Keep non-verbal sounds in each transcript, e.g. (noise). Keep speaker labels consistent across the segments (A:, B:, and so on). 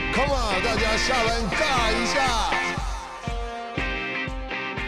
A: 大家下班尬一下。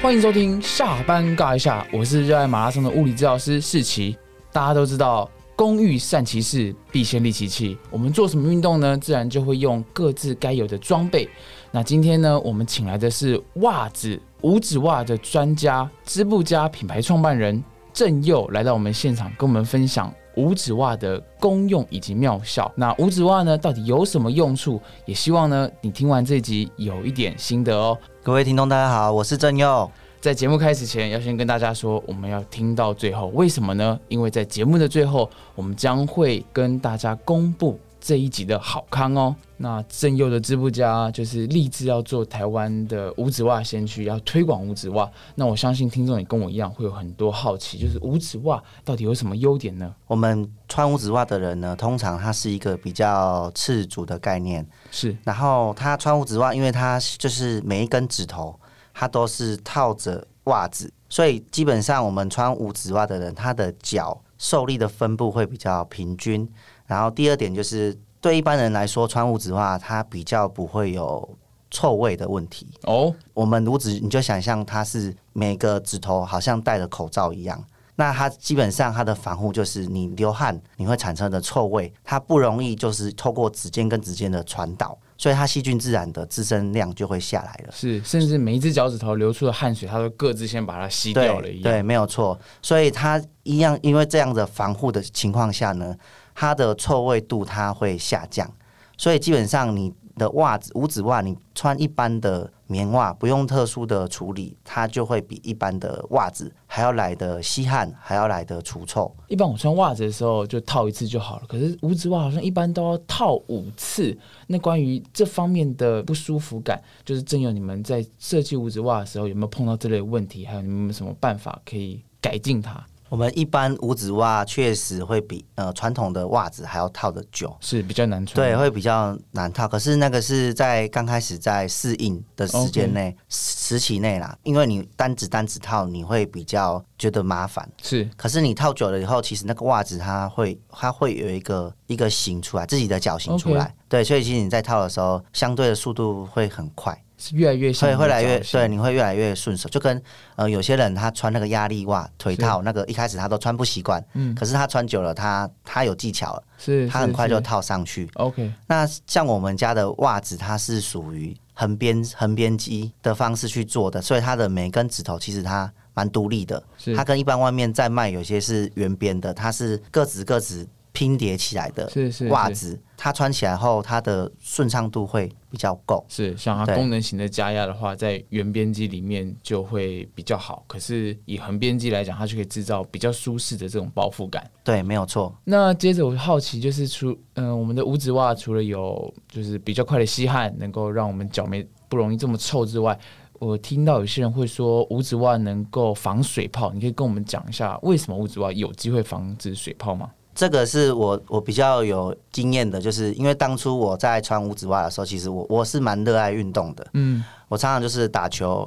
B: 欢迎收听下班尬一下，我是热爱马拉松的物理治疗师世奇。大家都知道，工欲善其事，必先利其器。我们做什么运动呢？自然就会用各自该有的装备。那今天呢，我们请来的是袜子五指袜的专家、织布家品牌创办人郑佑来到我们现场，跟我们分享五指袜的功用以及妙效。那五指袜呢，到底有什么用处？也希望呢，你听完这集有一点心得哦。
C: 各位听众，大家好，我是郑佑。
B: 在节目开始前，要先跟大家说，我们要听到最后，为什么呢？因为在节目的最后，我们将会跟大家公布这一集的好康哦。那正佑的织布家就是立志要做台湾的五指袜先驱，要推广五指袜。那我相信听众也跟我一样，会有很多好奇，就是五指袜到底有什么优点呢？
C: 我们穿五指袜的人呢，通常它是一个比较赤足的概念。
B: 是
C: 然后他穿五指袜，因为他就是每一根指头，它都是套着袜子，所以基本上我们穿五指袜的人，他的脚受力的分布会比较平均。然后第二点就是，对一般人来说，穿五指袜它比较不会有臭味的问题。
B: 哦，
C: 我们五指，你就想象它是每个指头好像戴了口罩一样。那它基本上它的防护就是你流汗你会产生的臭味，它不容易就是透过指尖跟指尖的传导，所以它细菌自然的滋生量就会下来了。
B: 是，甚至每一只脚趾头流出的汗水，它都各自先把它吸掉了一
C: 对
B: 样。
C: 对，没有错。所以它一样，因为这样的防护的情况下呢，它的臭味度它会下降。所以基本上你的袜子、五指袜，你穿一般的棉袜，不用特殊的处理，它就会比一般的袜子还要来的吸汗，还要来的除臭。
B: 一般我穿袜子的时候就套一次就好了，可是五指袜好像一般都要套五次。那关于这方面的不舒服感，就是正有你们在设计五指袜的时候有没有碰到这类问题？还有你们有没有什么办法可以改进它？
C: 我们一般五指袜确实会比呃传统的袜子还要套的久，
B: 是比较难穿，
C: 对，，会比较难套。可是那个是在刚开始在适应的时间内时时期内啦，因为你单指单指套，你会比较觉得麻烦。
B: 是
C: 可是你套久了以后，其实那个袜子它会它会有一个一个形出来，自己的脚型出来。
B: OK
C: 对，所以其实你在套的时候，相对的速度会很快，
B: 是越来越像
C: 会
B: 你的
C: 会来越
B: 脚型
C: 对，，你会越来越顺手。就跟呃有些人他穿那个压力袜腿套，那个一开始他都穿不习惯，
B: 嗯，
C: 可是他穿久了，他他有技巧了，
B: 是
C: 他很
B: 是
C: 快就是套上去。
B: OK，
C: 那像我们家的袜子，它是属于横边横边机的方式去做的，所以它的每根指头其实它蛮独立的。
B: 是
C: 它跟一般外面在卖有些是圆边的，它是各指各指拼叠起来的
B: 是是
C: 袜
B: 是
C: 子，它穿起来后它的顺畅度会比较够。
B: 是像它
C: 对
B: 功能型的加压的话，在圆边机里面就会比较好，可是以横边机来讲，它就可以制造比较舒适的这种包覆感。
C: 对，没有错。
B: 那接着我好奇，就是除嗯、我们的五指袜除了有就是比较快的吸汗，能够让我们脚没不容易这么臭之外，我听到有些人会说五指袜能够防水泡，你可以跟我们讲一下为什么五指袜有机会防止水泡吗？
C: 这个是我我比较有经验的，就是因为当初我在穿五指袜的时候，其实我我是蛮热爱运动的。
B: 嗯，
C: 我常常就是打球、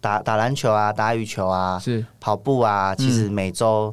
C: 打打篮球啊、打羽球啊、
B: 是
C: 跑步啊，其实每周、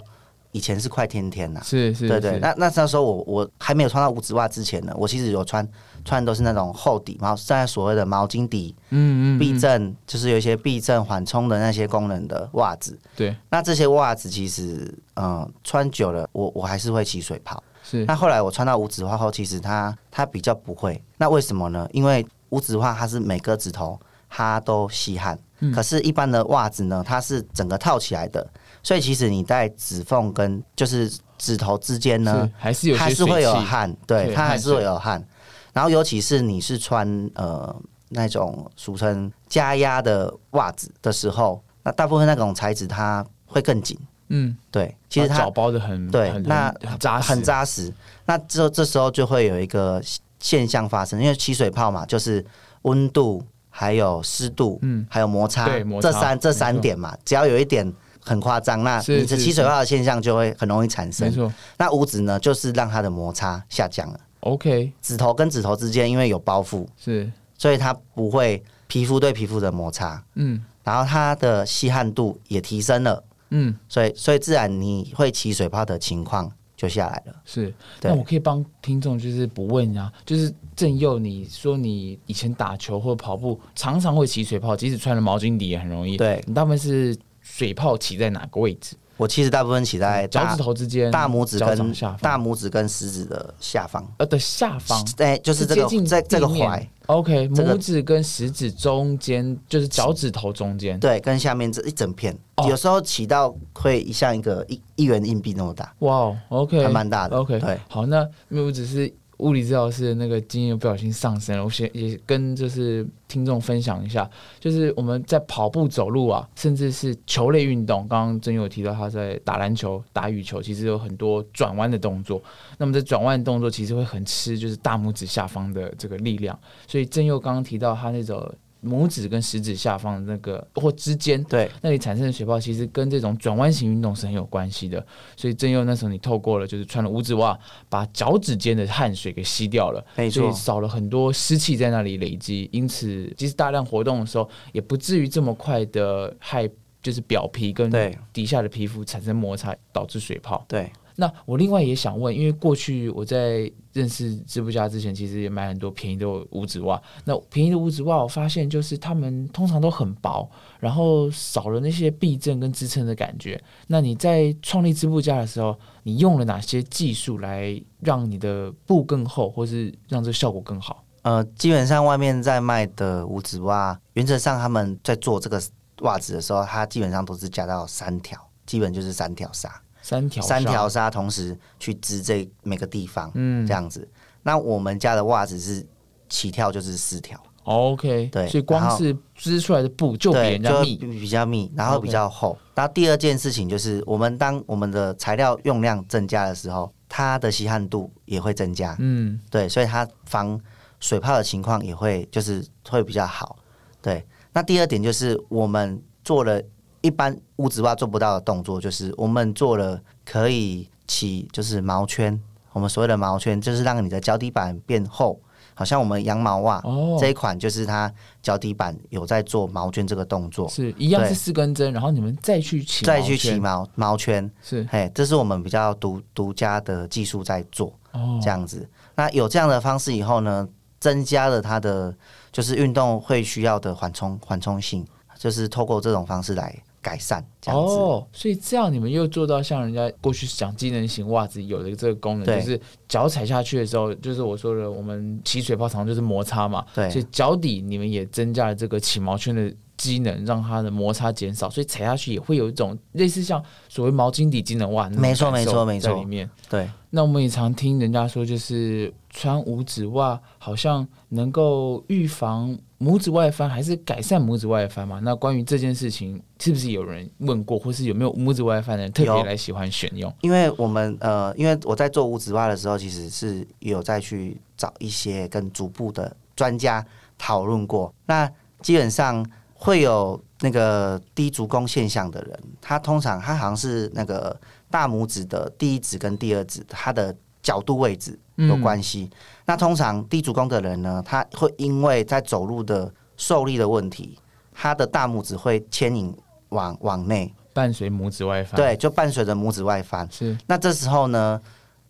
C: 以前是快天天呐、
B: 嗯是是，
C: 啊对对，
B: 是
C: 那那那时候我我还没有穿到五指袜之前呢，我其实有穿穿的都是那种厚底毛，现在所谓的毛巾底、
B: 嗯嗯
C: 避震，就是有一些避震缓冲的那些功能的袜子。
B: 对
C: 那这些袜子其实，嗯，穿久了我我还是会起水泡。
B: 是
C: 那后来我穿到五指袜后，其实它它比较不会。那为什么呢？因为五指袜它是每个指头它都吸汗，
B: 嗯
C: 可是一般的袜子呢，它是整个套起来的，所以其实你在指缝跟就是指头之间呢
B: 是，还是有些
C: 还是
B: 水
C: 会有
B: 汽
C: 汗，
B: 对
C: 对，它还
B: 汗
C: 是会
B: 水
C: 有汗。然后尤其是你是穿呃那种俗称加压的袜子的时候，那大部分那种材质它会更紧。
B: 嗯，
C: 对，其实
B: 把
C: 它
B: 脚包的很
C: 对
B: 很
C: 那
B: 很扎实
C: 很扎实。那这这时候就会有一个现象发生，因为起水泡嘛，就是温度、还有湿度、
B: 嗯
C: 还有摩擦，
B: 对摩擦
C: 这三这
B: 没
C: 三
B: 错
C: 点嘛，只要有一点很夸张，那
B: 是
C: 你的
B: 是
C: 起水
B: 是
C: 泡的现象就会很容易产
B: 没
C: 生。
B: 错
C: 那五指呢，就是让它的摩擦下降了，
B: OK
C: 指头跟指头之间因为有包覆，
B: 是
C: 所以它不会皮肤对皮肤的摩擦，
B: 嗯
C: 然后它的吸汗度也提升了。
B: 嗯
C: 所以所以自然你会起水泡的情况就下来了。
B: 是，
C: 对
B: 那我可以帮听众就是补问啊，就是正佑，你说你以前打球或者跑步常常会起水泡，即使穿了毛巾底也很容易。
C: 对
B: 你大部分是水泡起在哪个位置？
C: 我其实大部分起在
B: 嗯脚
C: 哎大
B: 趾头之间、
C: 大拇指
B: 脚掌
C: 跟
B: 下方、
C: 大拇指跟食指的下方，
B: 呃的下方，
C: 哎，就是这个
B: 接近
C: 这这个
B: 地面
C: 踝，。
B: OK，
C: 这个
B: 拇指跟食指中间就是脚趾头中间。
C: 对，跟下面这一整片，
B: 哦
C: 有时候起到会像一个一一元硬币那么大。
B: 哇哦，OK，
C: 还蛮大的
B: OK，
C: 对
B: 好，那因为我只是物理治疗师的那个经验不小心上升了，我先也跟就是听众分享一下，就是我们在跑步、走路啊，甚至是球类运动，刚刚真有提到他在打篮球、打羽球，其实有很多转弯的动作。那么这转弯的动作其实会很吃就是大拇指下方的这个力量，所以真佑刚刚提到他那种拇指跟食指下方的那个或之间，
C: 对，
B: 那里产生的水泡其实跟这种转弯型运动是很有关系的。所以正佑那时候你透过了就是穿了五指袜，把脚趾间的汗水给吸掉了，
C: 没错
B: 所以少了很多湿气在那里累积，因此即使大量活动的时候，也不至于这么快的害。就是表皮跟
C: 对
B: 底下的皮肤产生摩擦，导致水泡。
C: 对，
B: 那我另外也想问，因为过去我在认识织布家之前，其实也买很多便宜的五指袜。那便宜的五指袜，我发现就是它们通常都很薄，然后少了那些避震跟支撑的感觉。那你在创立织布家的时候，你用了哪些技术来让你的布更厚，或是让这个效果更好？
C: 呃，基本上外面在卖的五指袜，原则上他们在做这个袜子的时候，它基本上都是加到三条，基本就是三条纱，
B: 三条，
C: 三条，纱同时去织这每个地方，
B: 嗯
C: 这样子。那我们家的袜子是起跳就是四条，
B: ，OK，
C: 对
B: 所以光
C: 然后
B: 是织出来的布就比
C: 对，
B: 人家
C: 就
B: 密
C: 比，比较密，然后
B: OK
C: 比较厚。然后第二件事情就是，我们当我们的材料用量增加的时候，它的吸汗度也会增加，
B: 嗯，
C: 对，所以它防水泡的情况也会就是会比较好。对，那第二点就是我们做了一般五指袜做不到的动作，就是我们做了可以起就是毛圈，我们所谓的毛圈就是让你的脚底板变厚，好像我们羊毛袜、
B: 哦
C: 这一款就是它脚底板有在做毛圈这个动作，
B: 是一样是
C: 对
B: 四根针，然后你们再去起毛圈，
C: 再去起毛毛圈，
B: 是
C: 嘿，这是我们比较独独家的技术在做。
B: 哦
C: 这样子。那有这样的方式以后呢，增加了它的就是运动会需要的缓冲缓冲性，就是透过这种方式来改善这样子。
B: 哦，所以这样你们又做到像人家过去讲机能型袜子有的这个功能，
C: 对
B: 就是脚踩下去的时候，就是我说的我们起水泡常常就是摩擦嘛，
C: 对
B: 所以脚底你们也增加了这个起毛圈的。机能让它的摩擦减少，所以踩下去也会有一种类似像所谓毛巾底机能袜那种
C: 没错
B: 感受
C: 没错
B: 在
C: 没错
B: 里面。
C: 对
B: 那我们也常听人家说，就是穿五指袜好像能够预防拇指外翻，还是改善拇指外翻嘛？那关于这件事情，是不是有人问过，或是有没有拇指外翻的人特别
C: 有
B: 来喜欢选用？
C: 因为我们呃，因为我在做五指袜的时候，其实是有再去找一些跟足部的专家讨论过。那基本上会有那个低足弓现象的人，他通常他好像是那个大拇指的第一指跟第二指，他的角度位置有关系。那通常低足弓的人呢，他会因为在走路的受力的问题，他的大拇指会牵引往往内，
B: 伴随拇指外翻，，
C: 对，就伴随着拇指外翻。
B: 是
C: 那这时候呢，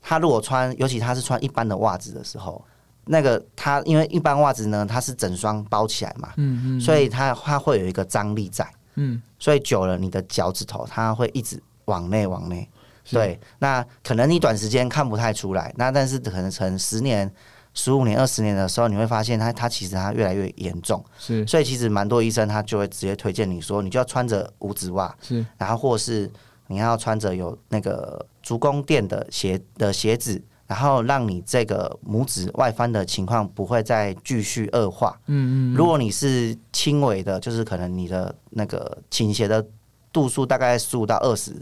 C: 他如果穿，尤其他是穿一般的袜子的时候，那个他因为一般袜子呢，它是整双包起来嘛，
B: 嗯嗯，
C: 所以它它会有一个张力在，
B: 嗯
C: 所以久了你的脚趾头它会一直往内往内。
B: 是
C: 对，那可能你短时间看不太出来，那但是可能成十年、十五年、二十年的时候，你会发现它它其实它越来越严重，
B: 是
C: 所以其实蛮多医生他就会直接推荐你说，你就要穿着五指袜，
B: 是
C: 然后或是你要穿着有那个足弓垫的鞋的鞋子，然后让你这个拇指外翻的情况不会再继续恶化。
B: 嗯嗯，
C: 如果你是轻微的，就是可能你的那个倾斜的度数大概十五到二十，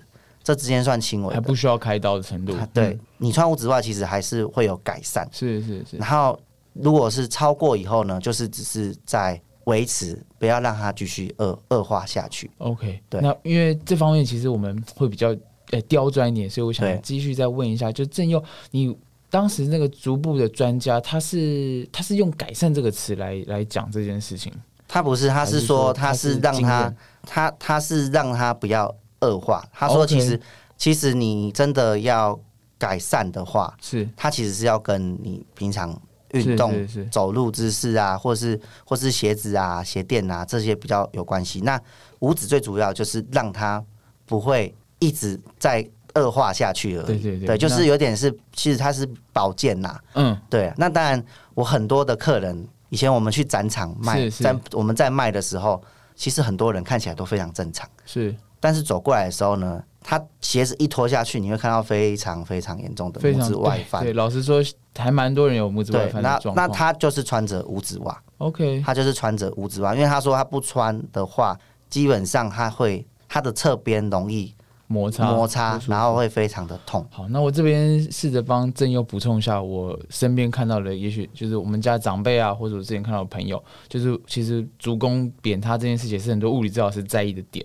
C: 这之间算轻微
B: 还
C: 的
B: 不。需要开刀的程度
C: 它，对
B: 嗯，
C: 你穿五指袜其实还是会有改善。
B: 是是是，
C: 然后如果是超过以后呢，就是只是在维持，不要让它继续恶恶化下去。
B: OK，
C: 对
B: 那因为这方面其实我们会比较呃刁钻一点，所以我
C: 对
B: 想继续再问一下，就正佑，你当时那个足部的专家，他是他是用改善这个词来来讲这件事情，
C: 他不是，他
B: 还
C: 是
B: 是
C: 说
B: 说
C: 他
B: 他
C: 是
B: 是
C: 让
B: 经
C: 他
B: 验
C: 他他是让他不要恶化。他说
B: 哦 OK
C: 其实其实你真的要改善的话，
B: 是
C: 它其实是要跟你平常
B: 是
C: 运动
B: 是是
C: 走路姿势啊，或是或是鞋子啊、鞋垫啊这些比较有关系。那五指最主要就是让它不会一直在恶化下去而已。
B: 对对对
C: 就
B: 那
C: 是有点是，其实它是保健呐、
B: 嗯，
C: 对，啊那当然，我很多的客人，以前我们去展场卖，
B: 是是
C: 在我们在卖的时候，其实很多人看起来都非常正常，
B: 是
C: 但是走过来的时候呢，他鞋子一脱下去，你会看到非常非常严重的
B: 非
C: 拇
B: 常
C: 指外翻
B: 对，。对老实说，还蛮多人有拇指外
C: 对，
B: 翻的
C: 那
B: 状
C: 那
B: 况。
C: 他就是穿着五指袜，
B: OK，
C: 他就是穿着五指袜，因为他说他不穿的话，基本上他会他的侧边容易
B: 摩擦
C: 摩擦
B: 不，舒服
C: 然后会非常的痛。
B: 好，那我这边试着帮正佑补充一下，我身边看到的，也许就是我们家长辈啊，或者我之前看到的朋友，就是其实足弓扁塌这件事情是很多物理治疗师在意的点。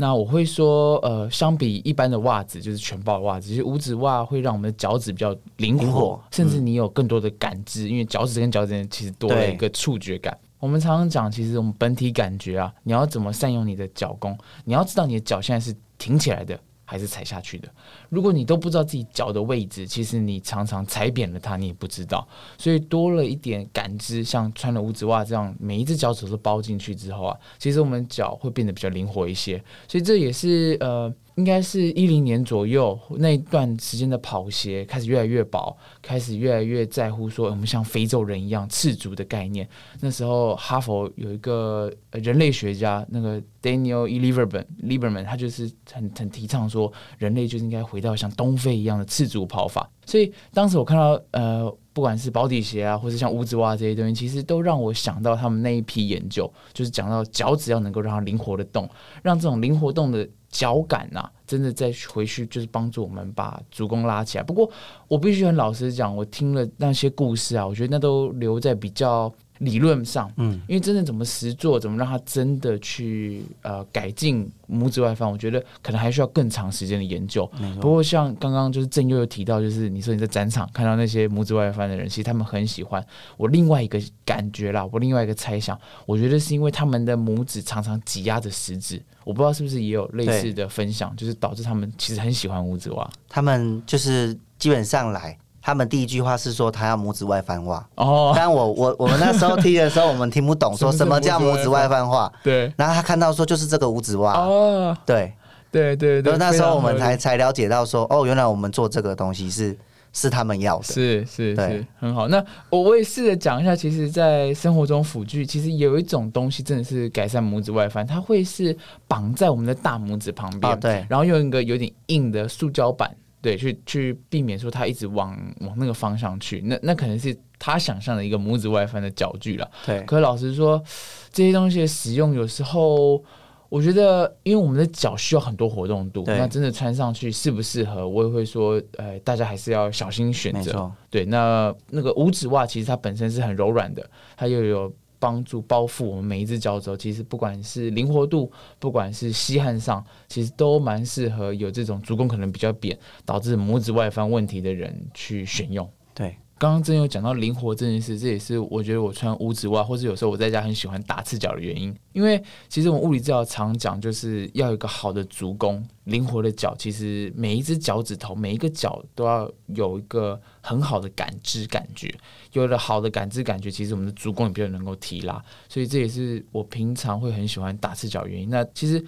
B: 那我会说，呃，相比一般的袜子，就是全包的袜子，其实五指袜会让我们的脚趾比较灵活，
C: 灵活
B: 甚至你有更多的感知，因为脚趾跟脚趾之间其实多了
C: 对
B: 一个触觉感。我们常常讲，其实我们本体感觉啊，你要怎么善用你的脚弓，你要知道你的脚现在是挺起来的还是踩下去的。如果你都不知道自己脚的位置，其实你常常踩扁了它，你也不知道。所以多了一点感知，像穿了五指袜这样，每一只脚趾都包进去之后啊，其实我们脚会变得比较灵活一些。所以这也是呃，应该是一零年左右那一段时间的跑鞋开始越来越薄，开始越来越在乎说呃我们像非洲人一样赤足的概念。那时候哈佛有一个呃人类学家，那个 Daniel E. Lieberman Lieberman，他就是很很提倡说，人类就是应该回到像东非一样的赤足跑法。所以当时我看到呃，不管是保底鞋啊，或是像五指袜这些东西，其实都让我想到他们那一批研究，就是讲到脚趾要能够让它灵活的动，让这种灵活动的脚感呐、真的再回去就是帮助我们把足弓拉起来。不过我必须很老实讲，我听了那些故事啊，我觉得那都留在比较理论上，嗯，因为真的怎么实做，怎么让它真的去呃改进拇指外翻，我觉得可能还需要更长时间的研究。不过像刚刚就是郑佑有提到，就是你说你在展场看到那些拇指外翻的人，其实他们很喜欢。我另外一个感觉啦，我另外一个猜想，我觉得是因为他们的拇指常常挤压着食指，我不知道是不是也有类似的分享，就是导致他们其实很喜欢拇指袜。
C: 他们就是基本上来，他们第一句话是说他要拇指外翻袜。
B: 哦，
C: 但我我我们那时候踢的时候，我们听
B: (laughs)
C: 不懂说
B: 什
C: 什
B: 么
C: 么
B: 是
C: 叫拇指外翻袜。
B: 对，
C: 然后他看到说就是这个五指袜，
B: 哦，
C: 对。
B: 对对
C: 然
B: 对，
C: 后那时候我们
B: 非常合
C: 才
B: 理
C: 才了解到说，哦，原来我们做这个东西是是他们要的。
B: 是是
C: 对
B: 是，很好。那我我也试着讲一下，其实，在生活中辅具，其实有一种东西真的是改善拇指外翻，它会是绑在我们的大拇指旁边，
C: 哦对
B: 然后用一个有点硬的塑胶板，对，去去避免说它一直往往那个方向去。那那可能是他想象的一个拇指外翻的脚具了。
C: 对
B: 可老实说，这些东西的使用有时候。我觉得，因为我们的脚需要很多活动度，
C: 对
B: 那真的穿上去适不适合，我也会说，呃，大家还是要小心选
C: 没
B: 择
C: 错。
B: 对，那那个五指袜其实它本身是很柔软的，它又有帮助包覆我们每一只脚趾头。其实不管是灵活度，不管是吸汗上，其实都蛮适合有这种足弓可能比较扁，导致拇指外翻问题的人去选用。
C: 对，
B: 刚刚真有讲到灵活这件事，这也是我觉得我穿五指袜，或是有时候我在家很喜欢打赤脚的原因。因为其实我们物理治疗常讲，就是要有一个好的足弓，灵活的脚。其实每一只脚趾头，每一个脚都要有一个很好的感知感觉。有了好的感知感觉，其实我们的足弓也比较能够提拉。所以这也是我平常会很喜欢打赤脚的原因。那其实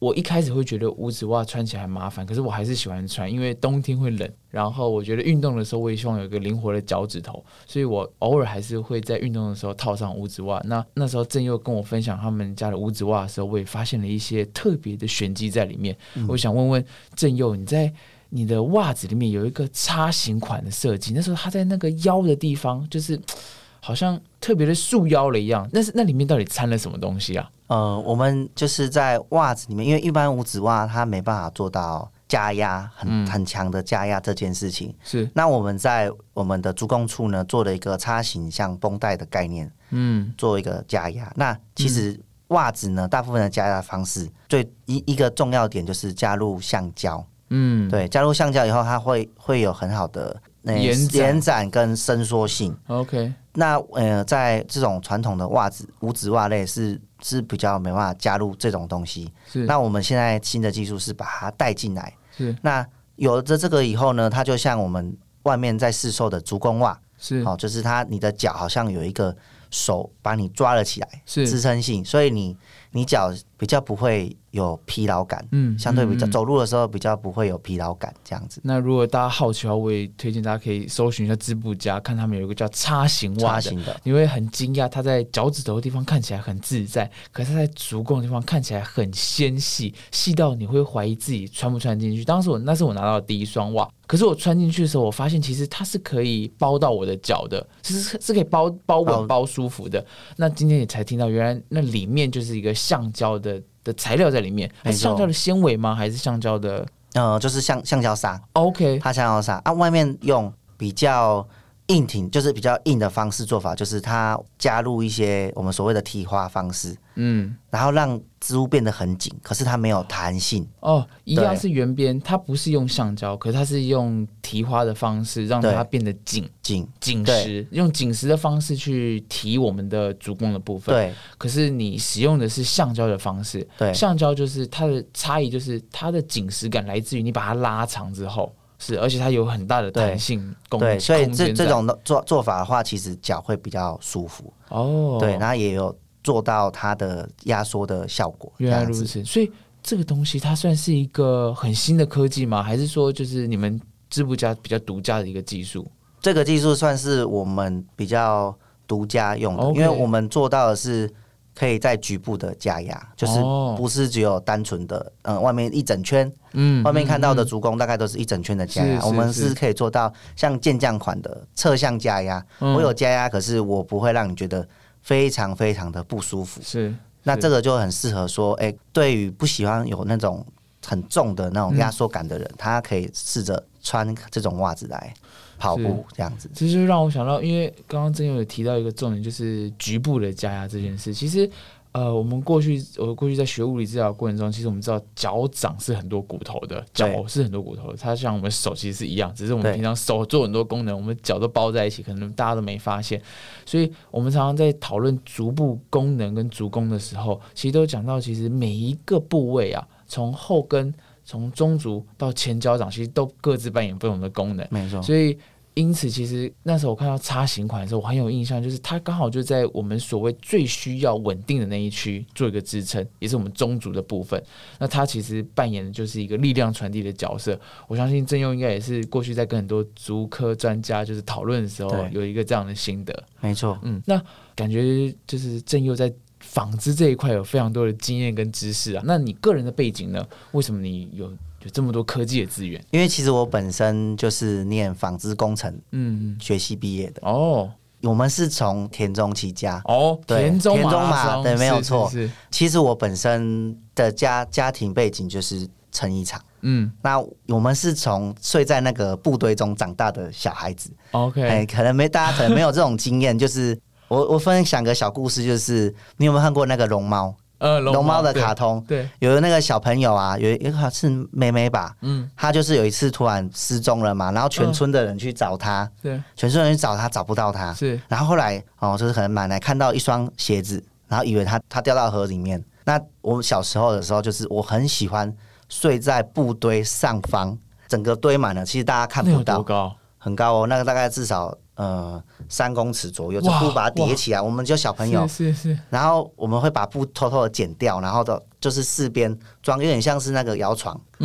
B: 我一开始会觉得五指袜穿起来很麻烦，可是我还是喜欢穿，因为冬天会冷。然后我觉得运动的时候，我也希望有一个灵活的脚趾头，所以我偶尔还是会在运动的时候套上五指袜。那那时候正佑跟我分享他们家的五指袜的时候，我也发现了一些特别的玄机在里面。我想问问正佑，你在你的袜子里面有一个叉形款的设计，那时候它在那个腰的地方，就是嘖好像特别的束腰了一样，那是那里面到底掺了什么东西啊？
C: 呃，我们就是在袜子里面，因为一般五指袜它没办法做到加压
B: 嗯
C: 很很强的加压这件事情。
B: 是，
C: 那我们在我们的足弓处呢，做了一个叉形像绷带的概念，
B: 嗯，
C: 做一个加压。那其实袜子呢，大部分的加压方式最一一个重要点就是加入橡胶。
B: 嗯，
C: 对，加入橡胶以后，它会会有很好的、呃
B: 延展
C: 延展跟伸缩性。
B: ，OK，
C: 那呃，在这种传统的袜子、五指袜类是是比较没办法加入这种东西。
B: 是，
C: 那我们现在新的技术是把它带进来。
B: 是
C: 那有了这个以后呢，它就像我们外面在市售的足弓袜，
B: 是
C: 哦，就是它你的脚好像有一个手把你抓了起来，
B: 是
C: 支撑性，所以你你脚比较不会有疲劳感，
B: 嗯
C: 相对比较
B: 嗯嗯
C: 走路的时候比较不会有疲劳感这样子。
B: 那如果大家好奇的话，我也推荐大家可以搜寻一下织布家，看他们有一个叫叉形袜
C: 叉
B: 的，
C: 型的，
B: 你会很惊讶，它在脚趾头的地方看起来很自在，可是它在足弓的地方看起来很纤细，细到你会怀疑自己穿不穿进去。当时我那是我拿到的第一双袜，可是我穿进去的时候，我发现其实它是可以包到我的脚的，是是是可以包包
C: 包
B: 稳包舒服的。那今天也才听到，原来那里面就是一个橡胶的的材料在里面，还
C: 没错
B: 是橡胶的纤维吗？还是橡胶的
C: 呃，就是橡橡胶纱，
B: ？OK，
C: 它橡胶纱啊，外面用比较硬挺，就是比较硬的方式做法，就是它加入一些我们所谓的提花方式，
B: 嗯，
C: 然后让织物变得很紧，可是它没有弹性，
B: 哦，一样
C: 对
B: 是圆边，它不是用橡胶，可是它是用提花的方式让
C: 对
B: 它变得紧。
C: 紧
B: 紧
C: 对
B: 实，用紧实的方式去提我们的足弓的部分。，
C: 对
B: 可是你使用的是橡胶的方式，
C: 对
B: 橡胶就是它的差异，就是它的紧实感来自于你把它拉长之后，是，而且它有很大的弹性空
C: 对，所以
B: 空
C: 这
B: 间在
C: 这种的做做法的话，其实脚会比较舒服，
B: 哦，
C: 对，然后也有做到它的压缩的效果，
B: 原来
C: 这样
B: 如
C: 子
B: 此，所以这个东西它算是一个很新的科技吗？还是说就是你们织布家比较独家的一个技术？
C: 这个技术算是我们比较独家用的
B: OK
C: 因为我们做到的是可以在局部的加压，就是
B: 哦
C: 不是只有单纯的，嗯、外面一整圈，
B: 嗯
C: 外面看到的
B: 嗯
C: 足弓大概都是一整圈的加
B: 是
C: 压，
B: 是
C: 我们
B: 是
C: 是可以做到像健将款的侧向加压，
B: 嗯
C: 我有加压，可是我不会让你觉得非常非常的不舒服。
B: 是
C: 那这个就很适合说，哎、对于不喜欢有那种很重的那种压缩感的人，他可以试着穿这种袜子来跑步这样子。
B: 这就让我想到，因为刚刚真有提到一个重点，就是局部的加压这件事。其实，呃，我们过去我过去在学物理治疗的过程中，其实我们知道脚掌是很多骨头的，
C: 对
B: 脚是很多骨头的，它像我们手其实是一样，只是我们
C: 对
B: 平常手做很多功能，我们脚都包在一起，可能大家都没发现。所以我们常常在讨论足部功能跟足弓的时候，其实都讲到，其实每一个部位啊，从后跟从中足到前脚掌，其实都各自扮演不同的功能。
C: 没错，
B: 所以因此，其实那时候我看到叉型款的时候，我很有印象，就是它刚好就在我们所谓最需要稳定的那一区做一个支撑，也是我们中足的部分。那它其实扮演的就是一个力量传递的角色。我相信郑佑应该也是过去在跟很多足科专家就是讨论的时候
C: 对，
B: 有一个这样的心得。
C: 没错。
B: 嗯，那感觉就是郑佑在。纺织这一块有非常多的经验跟知识啊，那你个人的背景呢？为什么你有有这么多科技的资源？
C: 因为其实我本身就是念纺织工程
B: 嗯，
C: 学系毕业的，
B: 哦，
C: 我们是从田中起家。
B: 哦，
C: 对
B: 田中
C: 田中
B: 马
C: 马
B: 拉松
C: 对没有
B: 是是
C: 错
B: 是
C: 其实我本身的家家庭背景就是成衣厂，
B: 嗯
C: 那我们是从睡在那个部队中长大的小孩子。哎、
B: ，OK，
C: 可能没大家可能没有这种经验，就是我我分享个小故事，就是你有没有看过那个龙猫？
B: 呃，
C: 龙猫的卡
B: 对
C: 通，
B: 对，
C: 有那个小朋友啊，有一个是妹妹吧，
B: 嗯，
C: 她就是有一次突然失踪了嘛，然后全村的人去找她，
B: 对，
C: 全村的人去找她找不到她，
B: 是
C: 然后后来哦，就是可能奶奶看到一双鞋子，然后以为她她掉到河里面。那我小时候的时候，就是我很喜欢睡在布堆上方，整个堆满了，其实大家看
B: 那
C: 不
B: 有
C: 到
B: 多。高？
C: 很高哦，那个大概至少呃三公尺左右，就
B: 哇
C: 布把它叠起来。我们就小朋友，
B: 是是是，
C: 然后我们会把布偷偷的剪掉，然后的就是四边装，有点像是那个摇床，
B: 嗯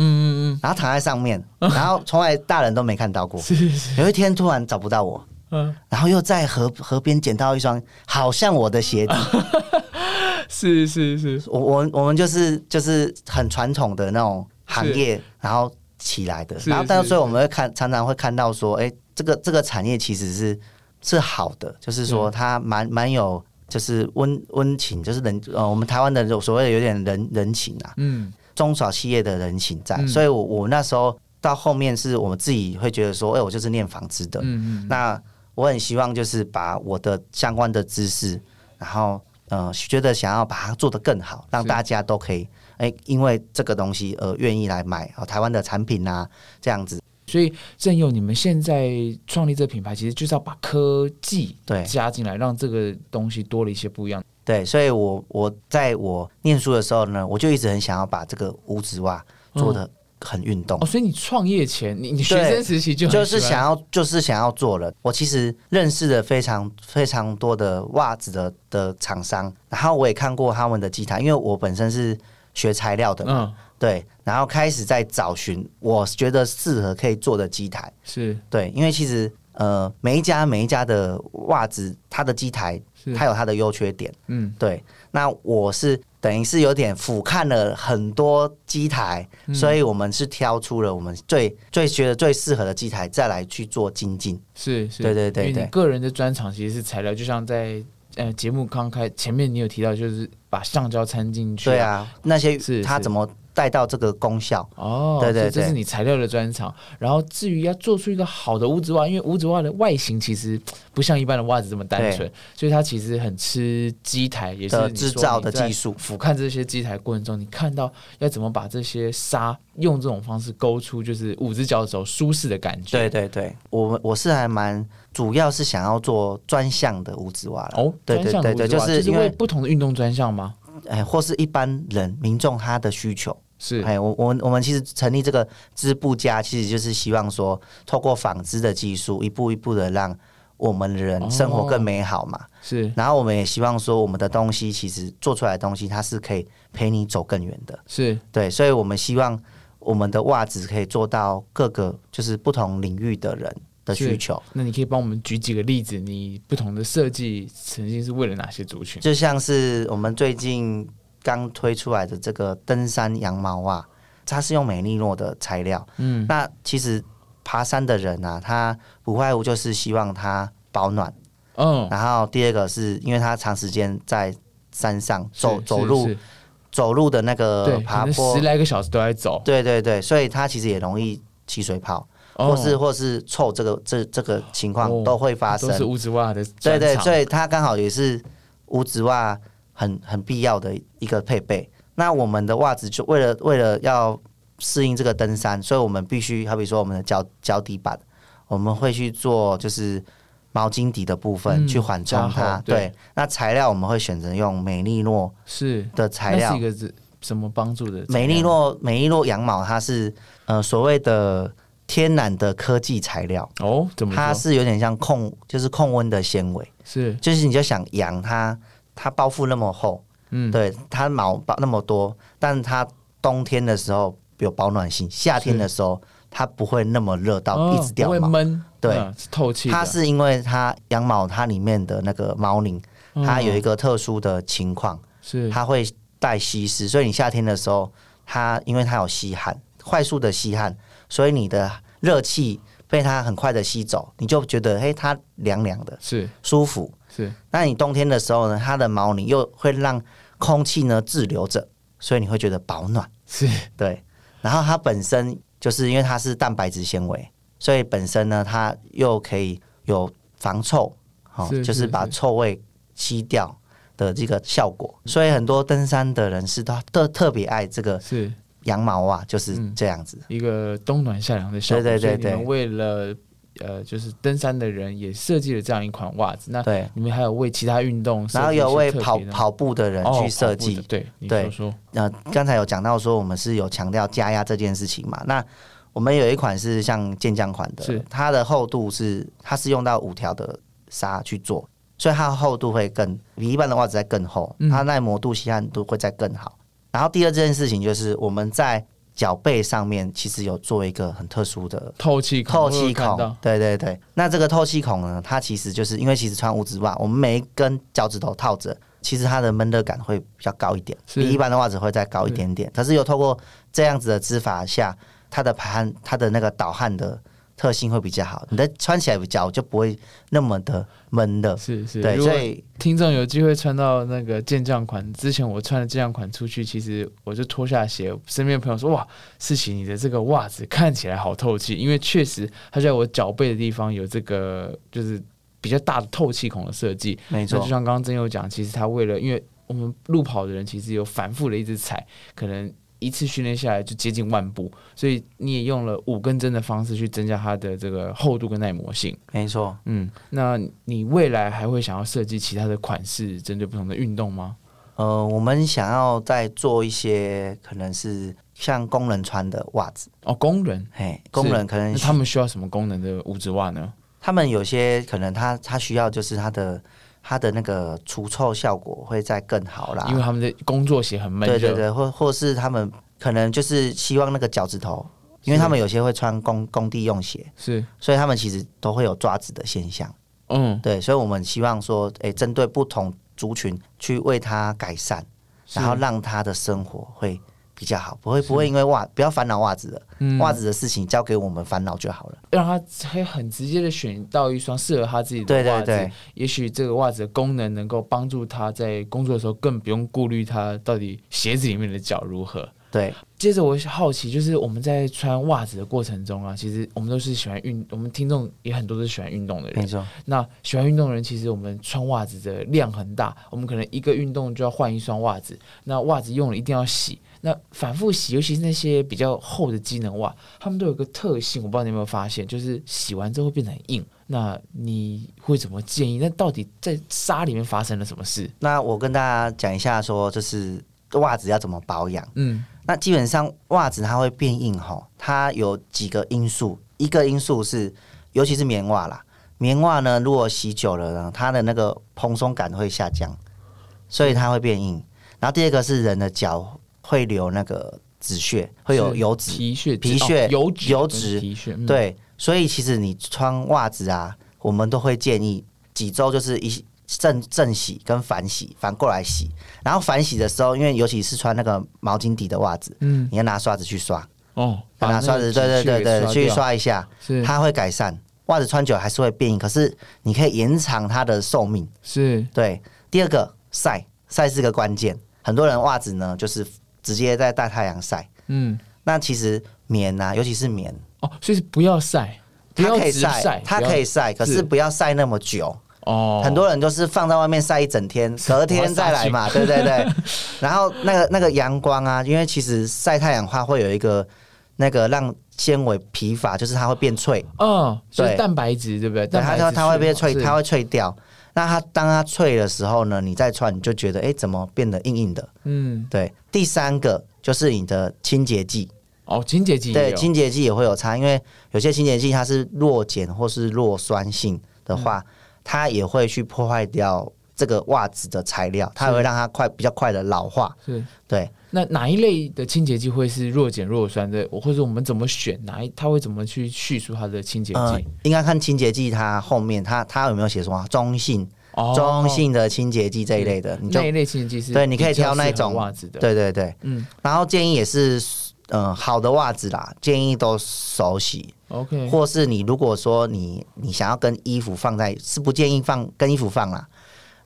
B: 嗯
C: 然后躺在
B: (laughs)
C: 上面，然后从来大人都没看到过
B: 嗯，。是是是，
C: 有一天突然找不到我，
B: 嗯，
C: 然后又在河河边捡到一双好像我的鞋子。
B: 是是是，
C: 我我我们就是就是很传统的那种行业，然后起来的。
B: 是
C: 然后，但
B: 是
C: 是所以我们会看，常常会看到说，哎、这个这个产业其实是是好的，就是说它蛮蛮有就是温温情，就是人呃，我们台湾的有所谓的有点人人情啊，
B: 嗯，
C: 中小企业的人情在。
B: 嗯
C: 所以我我那时候到后面是我们自己会觉得说，哎、我就是念纺织的，
B: 嗯嗯，
C: 那我很希望就是把我的相关的知识，然后呃，觉得想要把它做得更好，让
B: 是
C: 大家都可以哎、因为这个东西而愿意来买啊、台湾的产品啊，这样子。
B: 所以正佑，你们现在创立这品牌，其实就是要把科技
C: 对
B: 加进来，让这个东西多了一些不一样。
C: 对，所以我我在我念书的时候呢，我就一直很想要把这个五指袜做的很运动
B: 嗯哦，。所以你创业前，你你学
C: 对
B: 生时期就很
C: 就是
B: 喜欢
C: 想要，就是想要做人。我其实认识了非常非常多的袜子的的厂商，然后我也看过他们的机台，因为我本身是学材料的，
B: 嗯，
C: 对，然后开始在找寻我觉得适合可以做的机台，
B: 是
C: 对，因为其实呃每一家每一家的袜子，它的机台
B: 是，
C: 它有它的优缺点，
B: 嗯，
C: 对，那我是等于是有点俯瞰了很多机台，
B: 嗯
C: 所以我们是挑出了我们最最觉得最适合的机台，再来去做精进。
B: 是是，
C: 对对对
B: 因为
C: 对
B: 你个人的专长其实是材料，就像在呃节目刚开前面你有提到，就是把橡胶掺进去，
C: 对，啊，那些
B: 是
C: 它
B: 是
C: 怎么带到这个功效？
B: 哦，
C: 对对
B: 所以这
C: 对
B: 是你材料的专长。然后至于要做出一个好的五指袜，因为五指袜的外形其实嘖不像一般的袜子这么单纯，所以它其实很吃机台，也是
C: 的
B: 你说
C: 制造的
B: 你在
C: 技术
B: 俯瞰这些机台过程中，你看到要怎么把这些纱用这种方式勾出，就是五只脚的时候舒适的感觉。
C: 对对对，我我是还蛮主要是想要做专项的五指袜啦
B: 哦，
C: 对
B: 专
C: 对
B: 项
C: 对
B: 的
C: 对，
B: 五指袜
C: 是
B: 就是
C: 因
B: 为
C: 为
B: 不同的运动专项吗？
C: 哎，或是一般人民众他的需求。
B: 是，
C: 哎，我我们我们其实成立这个织布家，其实就是希望说，透过纺织的技术，一步一步的让我们的人生活更美好嘛。
B: 是
C: 然后我们也希望说，我们的东西其实做出来的东西，它是可以陪你走更远的。
B: 是
C: 对，所以我们希望我们的袜子可以做到各个就是不同领域的人的需求。
B: 那你可以帮我们举几个例子，你不同的设计曾经是为了哪些族群？
C: 就像是我们最近刚推出来的这个登山羊毛袜，它是用美利诺的材料。
B: 嗯，
C: 那其实爬山的人啊，他不外乎就是希望它保暖，
B: 嗯，
C: 然后第二个是因为他长时间在山上走
B: 是
C: 走
B: 是
C: 路
B: 是
C: 走路的那
B: 对，
C: 个
B: 可
C: 爬
B: 能
C: 坡
B: 十，来个小时都在走，
C: 对对对，所以他其实也容易起水泡，
B: 哦
C: 或是或是臭这个这这个情
B: 哦
C: 况都会发生
B: 都。是五指袜的
C: 对
B: 专
C: 对，
B: 场
C: 所以它刚好也是五指袜很很必要的一个配备。那我们的袜子就为了为了要适应这个登山，所以我们必须，好比说我们的脚脚底板，我们会去做就是毛巾底的部分、
B: 嗯
C: 去缓冲
B: 加
C: 它
B: 厚。对
C: 那材料我们会选择用美利诺
B: 是
C: 的材
B: 那
C: 料
B: 是一，个是什么帮助的材料？
C: 美利诺美利诺羊毛它是呃所谓的天然的科技材料，
B: 哦，怎么
C: 它
B: 说？
C: 是有点像控就是控温的纤维。
B: 是
C: 就是你就想羊它，它包覆那么厚，
B: 嗯，
C: 对，它毛包那么多，但它冬天的时候有保暖性，夏天的时候它不会那么热到、
B: 哦
C: 一直掉
B: 不会
C: 毛。
B: 闷，
C: 对
B: 嗯是透气的，
C: 它是因为它羊毛它里面的那个毛鳞，
B: 嗯
C: 它有一个特殊的情况，
B: 是
C: 它会带吸湿，所以你夏天的时候，它因为它有吸汗，快速的吸汗，所以你的热气被它很快的吸走，你就觉得嘿，它凉凉的，
B: 是
C: 舒服。
B: 是
C: 那你冬天的时候呢，它的毛呢又会让空气呢滞留着，所以你会觉得保暖。
B: 是
C: 对，然后它本身就是因为它是蛋白质纤维，所以本身呢它又可以有防臭，哦，
B: 是
C: 就是是把
B: 是
C: 臭味吸掉的这个效果。所以很多登山的人士都特特别爱这个
B: 是
C: 羊毛袜，就是这样子。
B: 一个冬暖夏凉的效果。
C: 对对
B: 所以
C: 对对
B: 你们为了呃，就是登山的人也设计了这样一款袜子。那
C: 对，
B: 你们还有为其他运动设计
C: 然后有
B: 一
C: 为
B: 些特
C: 跑
B: 别的
C: 跑步的人
B: 哦
C: 去设
B: 跑步
C: 计
B: 的，对，你
C: 对
B: 说说
C: 呃，刚才有讲到说我们是有强调加压这件事情嘛，那我们有一款是像健将款
B: 是
C: 的，它的厚度是它是用到五条的纱去做，所以它的厚度会更比一般的袜子再更厚，
B: 嗯
C: 它耐磨度、吸汗度会再更好。然后第二件事情就是我们在脚背上面其实有做一个很特殊的
B: 透气孔
C: 透
B: 我
C: 气
B: 有看
C: 孔
B: 到，
C: 对对对。那这个透气孔呢，它其实就是因为其实穿五指袜，我们每一根脚趾头套着，其实它的闷热感会比较高一点，
B: 是
C: 比一般的袜子会再高一点点。可是有透过这样子的织法下，它的排汗、它的那个导汗的特性会比较好，你的穿起来比较就不会那么的闷热。
B: 是是，
C: 对，
B: 如果
C: 所以
B: 听众有机会穿到那个健将款，之前我穿的健将款出去，其实我就脱下鞋，身边的朋友说：“哇，世奇，你的这个袜子看起来好透气，因为确实它在我脚背的地方有这个就是比较大的透气孔的设计。
C: 没
B: 那就
C: 错，
B: 像刚刚真有讲，其实他为了因为我们路跑的人其实有反复的一直踩，可能一次训练下来就接近万步，所以你也用了五根针的方式去增加它的这个厚度跟耐磨性。
C: 没错。
B: 嗯，那你未来还会想要设计其他的款式，针对不同的运动吗？
C: 呃，我们想要再做一些可能是像工人穿的袜子，
B: 哦，工人，
C: 嘿，工人可能
B: 那他们需要什么功能的五指袜呢？
C: 他们有些可能他他需要就是他的他的那个除臭效果会再更好啦，
B: 因为他们的工作鞋很闷
C: 啊对
B: 热，
C: 对对，或或是他们可能就是希望那个脚趾头，因为他们有些会穿工工地用鞋，
B: 是，
C: 所以他们其实都会有抓子的现象。
B: 嗯，
C: 对，所以我们希望说，诶、针对不同族群去为他改善，
B: 是
C: 然后让他的生活会比较好，不会不会因为袜不要烦恼袜子
B: 嗯
C: 了，袜、子的事情交给我们烦恼就好了。
B: 让他可以很直接的选到一双适合他自己的袜
C: 对
B: 子。
C: 对对
B: 也许这个袜子的功能能够帮助他在工作的时候更不用顾虑他到底鞋子里面的脚如何。
C: 对，
B: 接着我好奇，就是我们在穿袜子的过程中啊，其实我们都是喜欢运，我们听众也很多都是喜欢运动的
C: 没
B: 人。
C: 错，
B: 那喜欢运动的人，其实我们穿袜子的量很大，我们可能一个运动就要换一双袜子。那袜子用了一定要洗，那反复洗，尤其是那些比较厚的机能袜，它们都有个特性，我不知道你有没有发现，就是洗完之后会变得很硬。那你会怎么建议？那到底在沙里面发生了什么事？
C: 那我跟大家讲一下说，就是袜子要怎么保养。
B: 嗯，
C: 那基本上袜子它会变硬吼，它有几个因素，一个因素是，尤其是棉袜啦，棉袜呢如果洗久了呢，它的那个蓬松感会下降，所以它会变硬。然后第二个是人的脚会流那个脂屑，会有
B: 是
C: 油脂，
B: 皮屑、
C: 皮屑
B: 哦油脂、
C: 油脂
B: 皮屑，嗯，
C: 对，所以其实你穿袜子啊，我们都会建议几周就是一正正洗跟反洗，反过来洗。然后反洗的时候，因为尤其是穿那个毛巾底的袜子，
B: 嗯，
C: 你要拿刷子去刷，
B: 哦，把
C: 拿
B: 那
C: 刷
B: 个
C: 子，对
B: 脂屑
C: 对
B: 给
C: 对对，去
B: 掉，
C: 刷一下，
B: 是嗯
C: 它会改善。袜子穿久还是会变硬，可是你可以延长它的寿命。
B: 是
C: 对，第二个晒晒是个关键，很多人袜子呢就是直接在大太阳晒，
B: 嗯，
C: 那其实棉啊，尤其是棉，
B: 哦，所以是不要晒，不
C: 它
B: 要
C: 可以
B: 直晒
C: 晒，，它
B: 不要
C: 可以晒，可
B: 是
C: 是不要晒那么久。
B: 哦，
C: 很多人都是放在外面晒一整
B: (laughs)
C: 天，隔天再来嘛，对对对。然后那个那个阳光啊，因为其实晒太阳的话会有一个那个让纤维疲乏，就是它会变脆，
B: 嗯，就是
C: 对
B: 蛋白质，对不对？
C: 对，
B: 蛋
C: 它
B: 白
C: 它
B: 质
C: 它会变脆，
B: 是
C: 它会脆掉。那它当它脆的时候呢，你再穿你就觉得哎、诶怎么变得硬硬的？
B: 嗯，
C: 对。第三个就是你的清洁剂，
B: 哦，清洁剂也
C: 对，
B: 有
C: 清洁剂也会有差，因为有些清洁剂它是弱碱或是弱酸性的话，
B: 嗯
C: 它也会去破坏掉这个袜子的材料，它会让它快比较快的老化。
B: 是。
C: 对，
B: 那哪一类的清洁剂会是弱碱弱酸的，或者我们怎么选哪一？它会怎么去叙述它的清洁
C: 呃
B: 剂？，
C: 应该看清洁剂它后面它它有没有写什么中性、
B: 哦，嗯
C: 中性的清洁剂这一类的，你就
B: 那一类清洁剂是
C: 对你可以
B: 比较
C: 挑那一
B: 适合
C: 种
B: 袜子的，
C: 对对对，
B: 嗯
C: 然后建议也是。嗯，好的袜子啦，建议都手洗，
B: ，OK，
C: 或是你如果说你你想要跟衣服放在，是不建议放跟衣服放啦。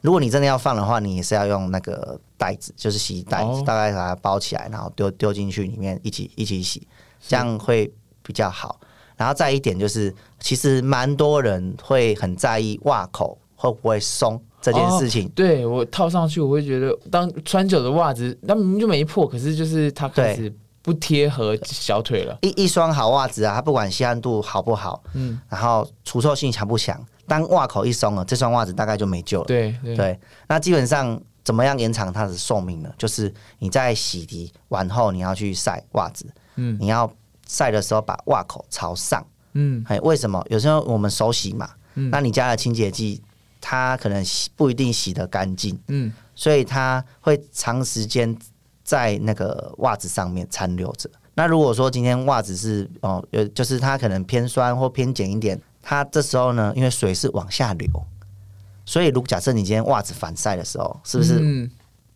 C: 如果你真的要放的话，你也是要用那个袋子，就是洗衣袋，
B: 哦
C: 大概把它包起来，然后丢丢进去里面一起一起洗，这样会比较好。然后再一点就是，其实蛮多人会很在意袜口会不会松这件
B: 哦
C: 事情。
B: 对我套上去，我会觉得当穿久的袜子，它明明就没破，可是就是它开
C: 对
B: 始不贴合小腿了。
C: 一一双好袜子啊，它不管吸汗度好不好，
B: 嗯，
C: 然后除臭性强不强，当袜口一松了，这双袜子大概就没救了。
B: 对对
C: 对，那基本上怎么样延长它的寿命呢？就是你在洗涤完后，你要去晒袜子，
B: 嗯
C: 你要晒的时候把袜口朝上。
B: 嗯，
C: 哎，为什么？有时候我们手洗嘛，那你加了清洁剂，它可能洗不一定洗得干净，
B: 嗯，
C: 所以它会长时间在那个袜子上面残留着。那如果说今天袜子是哦，呃，就是它可能偏酸或偏碱一点，它这时候呢，因为水是往下流，所以如假设你今天袜子反晒的时候，是不是
B: 嗯，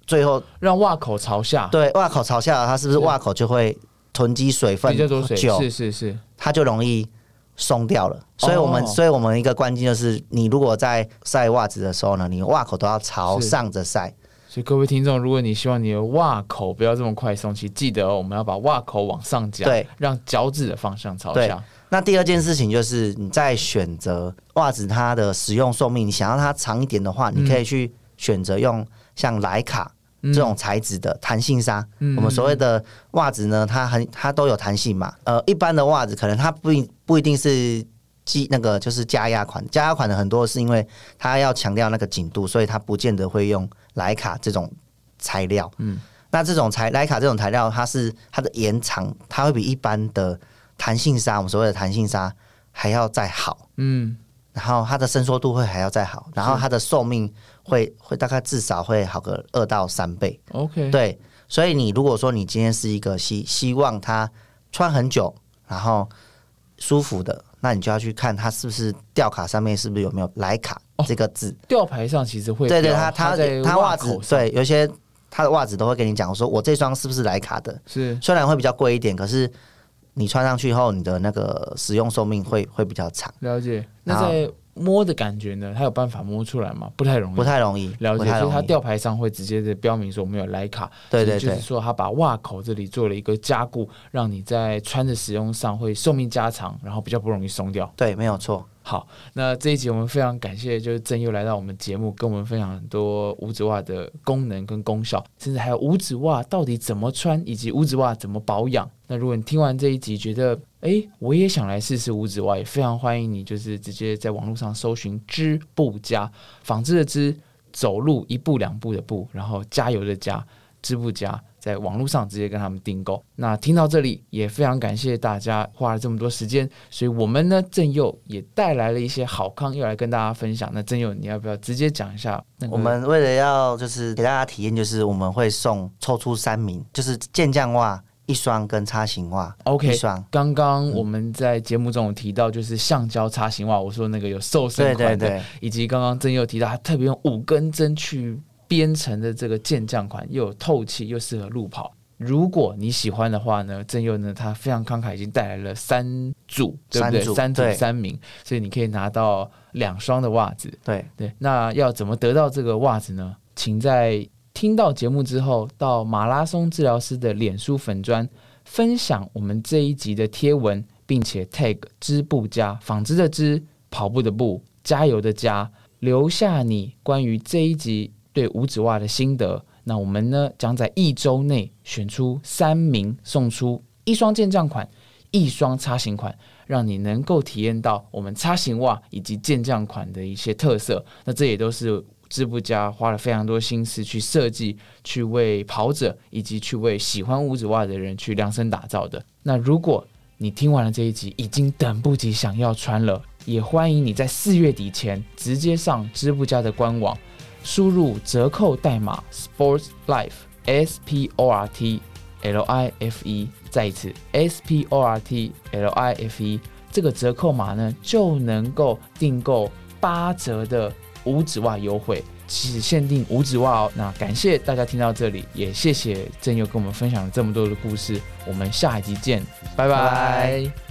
C: 最后、
B: 让袜口朝下，
C: 对袜口朝下，它是不是
B: 是
C: 袜口就会囤积水分
B: 比较多水，
C: 久
B: 是是是，
C: 它就容易松掉了。所以我们，
B: 哦
C: 所以我们一个关键就是，你如果在晒袜子的时候呢，你袜口都要朝
B: 是
C: 上着晒。
B: 所以各位听众，如果你希望你的袜口不要这么快松起，记得、哦、我们要把袜口往上夹，
C: 对，
B: 让脚趾的方向朝
C: 对
B: 下。
C: 那第二件事情就是，你在选择袜子它的使用寿命，你想要它长一点的话，你可以去选择用像莱卡
B: 嗯
C: 这种材质的弹性纱。
B: 嗯
C: 我们所谓的袜子呢，它很它都有弹性嘛。呃，一般的袜子可能它不一不一定是。机那个就是加压款，加压款的很多是因为它要强调那个紧度，所以它不见得会用莱卡这种材料。嗯，那这种材莱卡这种材料，它是它的延长，它会比一般的弹性纱，我们所谓的弹性纱还要再好，
B: 嗯，
C: 然后它的伸缩度会还要再好，然后它的寿命会会大概至少会好个二到三倍。
B: OK，，
C: 对，所以你如果说你今天是一个希希望它穿很久，然后舒服的，那你就要去看它是不是吊卡上面是不是有没有莱卡
B: 哦
C: 这个字。
B: 吊牌上其实会
C: 对对，
B: 标
C: 它它
B: 在
C: 它袜子
B: 口上
C: 对，有些它的袜子都会跟你讲说，我这双是不是莱卡的？
B: 是
C: 虽然会比较贵一点，可是你穿上去后，你的那个使用寿命会会比较长，
B: 了解。那
C: 然后
B: 在摸的感觉呢？它有办法摸出来吗？不太容易，
C: 不太容易，
B: 了
C: 不
B: 解，
C: 太
B: 所以
C: 容
B: 它
C: 易。
B: 吊牌上会直接的标明说我们有莱卡，
C: 对
B: 其实
C: 对
B: 就是
C: 对
B: 说它把袜口这里做了一个加固，让你在穿着使用上会寿命加长，然后比较不容易松掉。
C: 对，没有错。
B: 好，那这一集我们非常感谢，就是郑佑来到我们节目，跟我们分享很多五指袜的功能跟功效，甚至还有五指袜到底怎么穿，以及五指袜怎么保养。那如果你听完这一集觉得，诶，我也想来试试五指袜，也非常欢迎你，就是直接在网络上搜寻“织布家”，纺织的织，走路一步两步的步，然后加油的加，织布家。在网络上直接跟他们订购。那听到这里，也非常感谢大家花了这么多时间，所以我们呢，正佑也带来了一些好康要来跟大家分享。那正佑，你要不要直接讲一下那个？
C: 我们为了要就是给大家体验，就是我们会送抽出三名，就是健将袜一双跟叉型袜
B: OK
C: 一双。
B: 刚刚我们在节目中有提到，就是橡胶叉型袜，我说那个有瘦身
C: 对
B: 款的，
C: 对对，
B: 以及刚刚正佑提到，他特别用五根针去编成的这个健将款，又有透气，又适合路跑。如果你喜欢的话呢，正佑呢他非常慷慨，已经带来了三组，对不对？
C: 三组
B: 三组
C: 对
B: 三名，所以你可以拿到两双的袜子。
C: 对，
B: 对，那要怎么得到这个袜子呢？请在听到节目之后，到马拉松治疗师的脸书粉砖分享我们这一集的贴文，并且 tag 织布家纺织的织，跑步的步，加油的加，留下你关于这一集对五指袜的心得。那我们呢，将在一周内选出三名，送出一双健将款，一双叉型款。让你能够体验到我们叉型袜以及健将款的一些特色。那这也都是织布家花了非常多心思去设计，去为跑者以及去为喜欢五指袜的人去量身打造的。那如果你听完了这一集，已经等不及想要穿了，也欢迎你在四月底前直接上织布家的官网，输入折扣代码 Sports Life S P O R T L I F E，再一次 S P O R T L I F E，这个折扣码呢就能够订购八折的五指袜优惠，只限定五指袜哦。那感谢大家听到这里，也谢谢郑佑跟我们分享了这么多的故事，我们下一集见，拜
C: 拜
B: 拜
C: 拜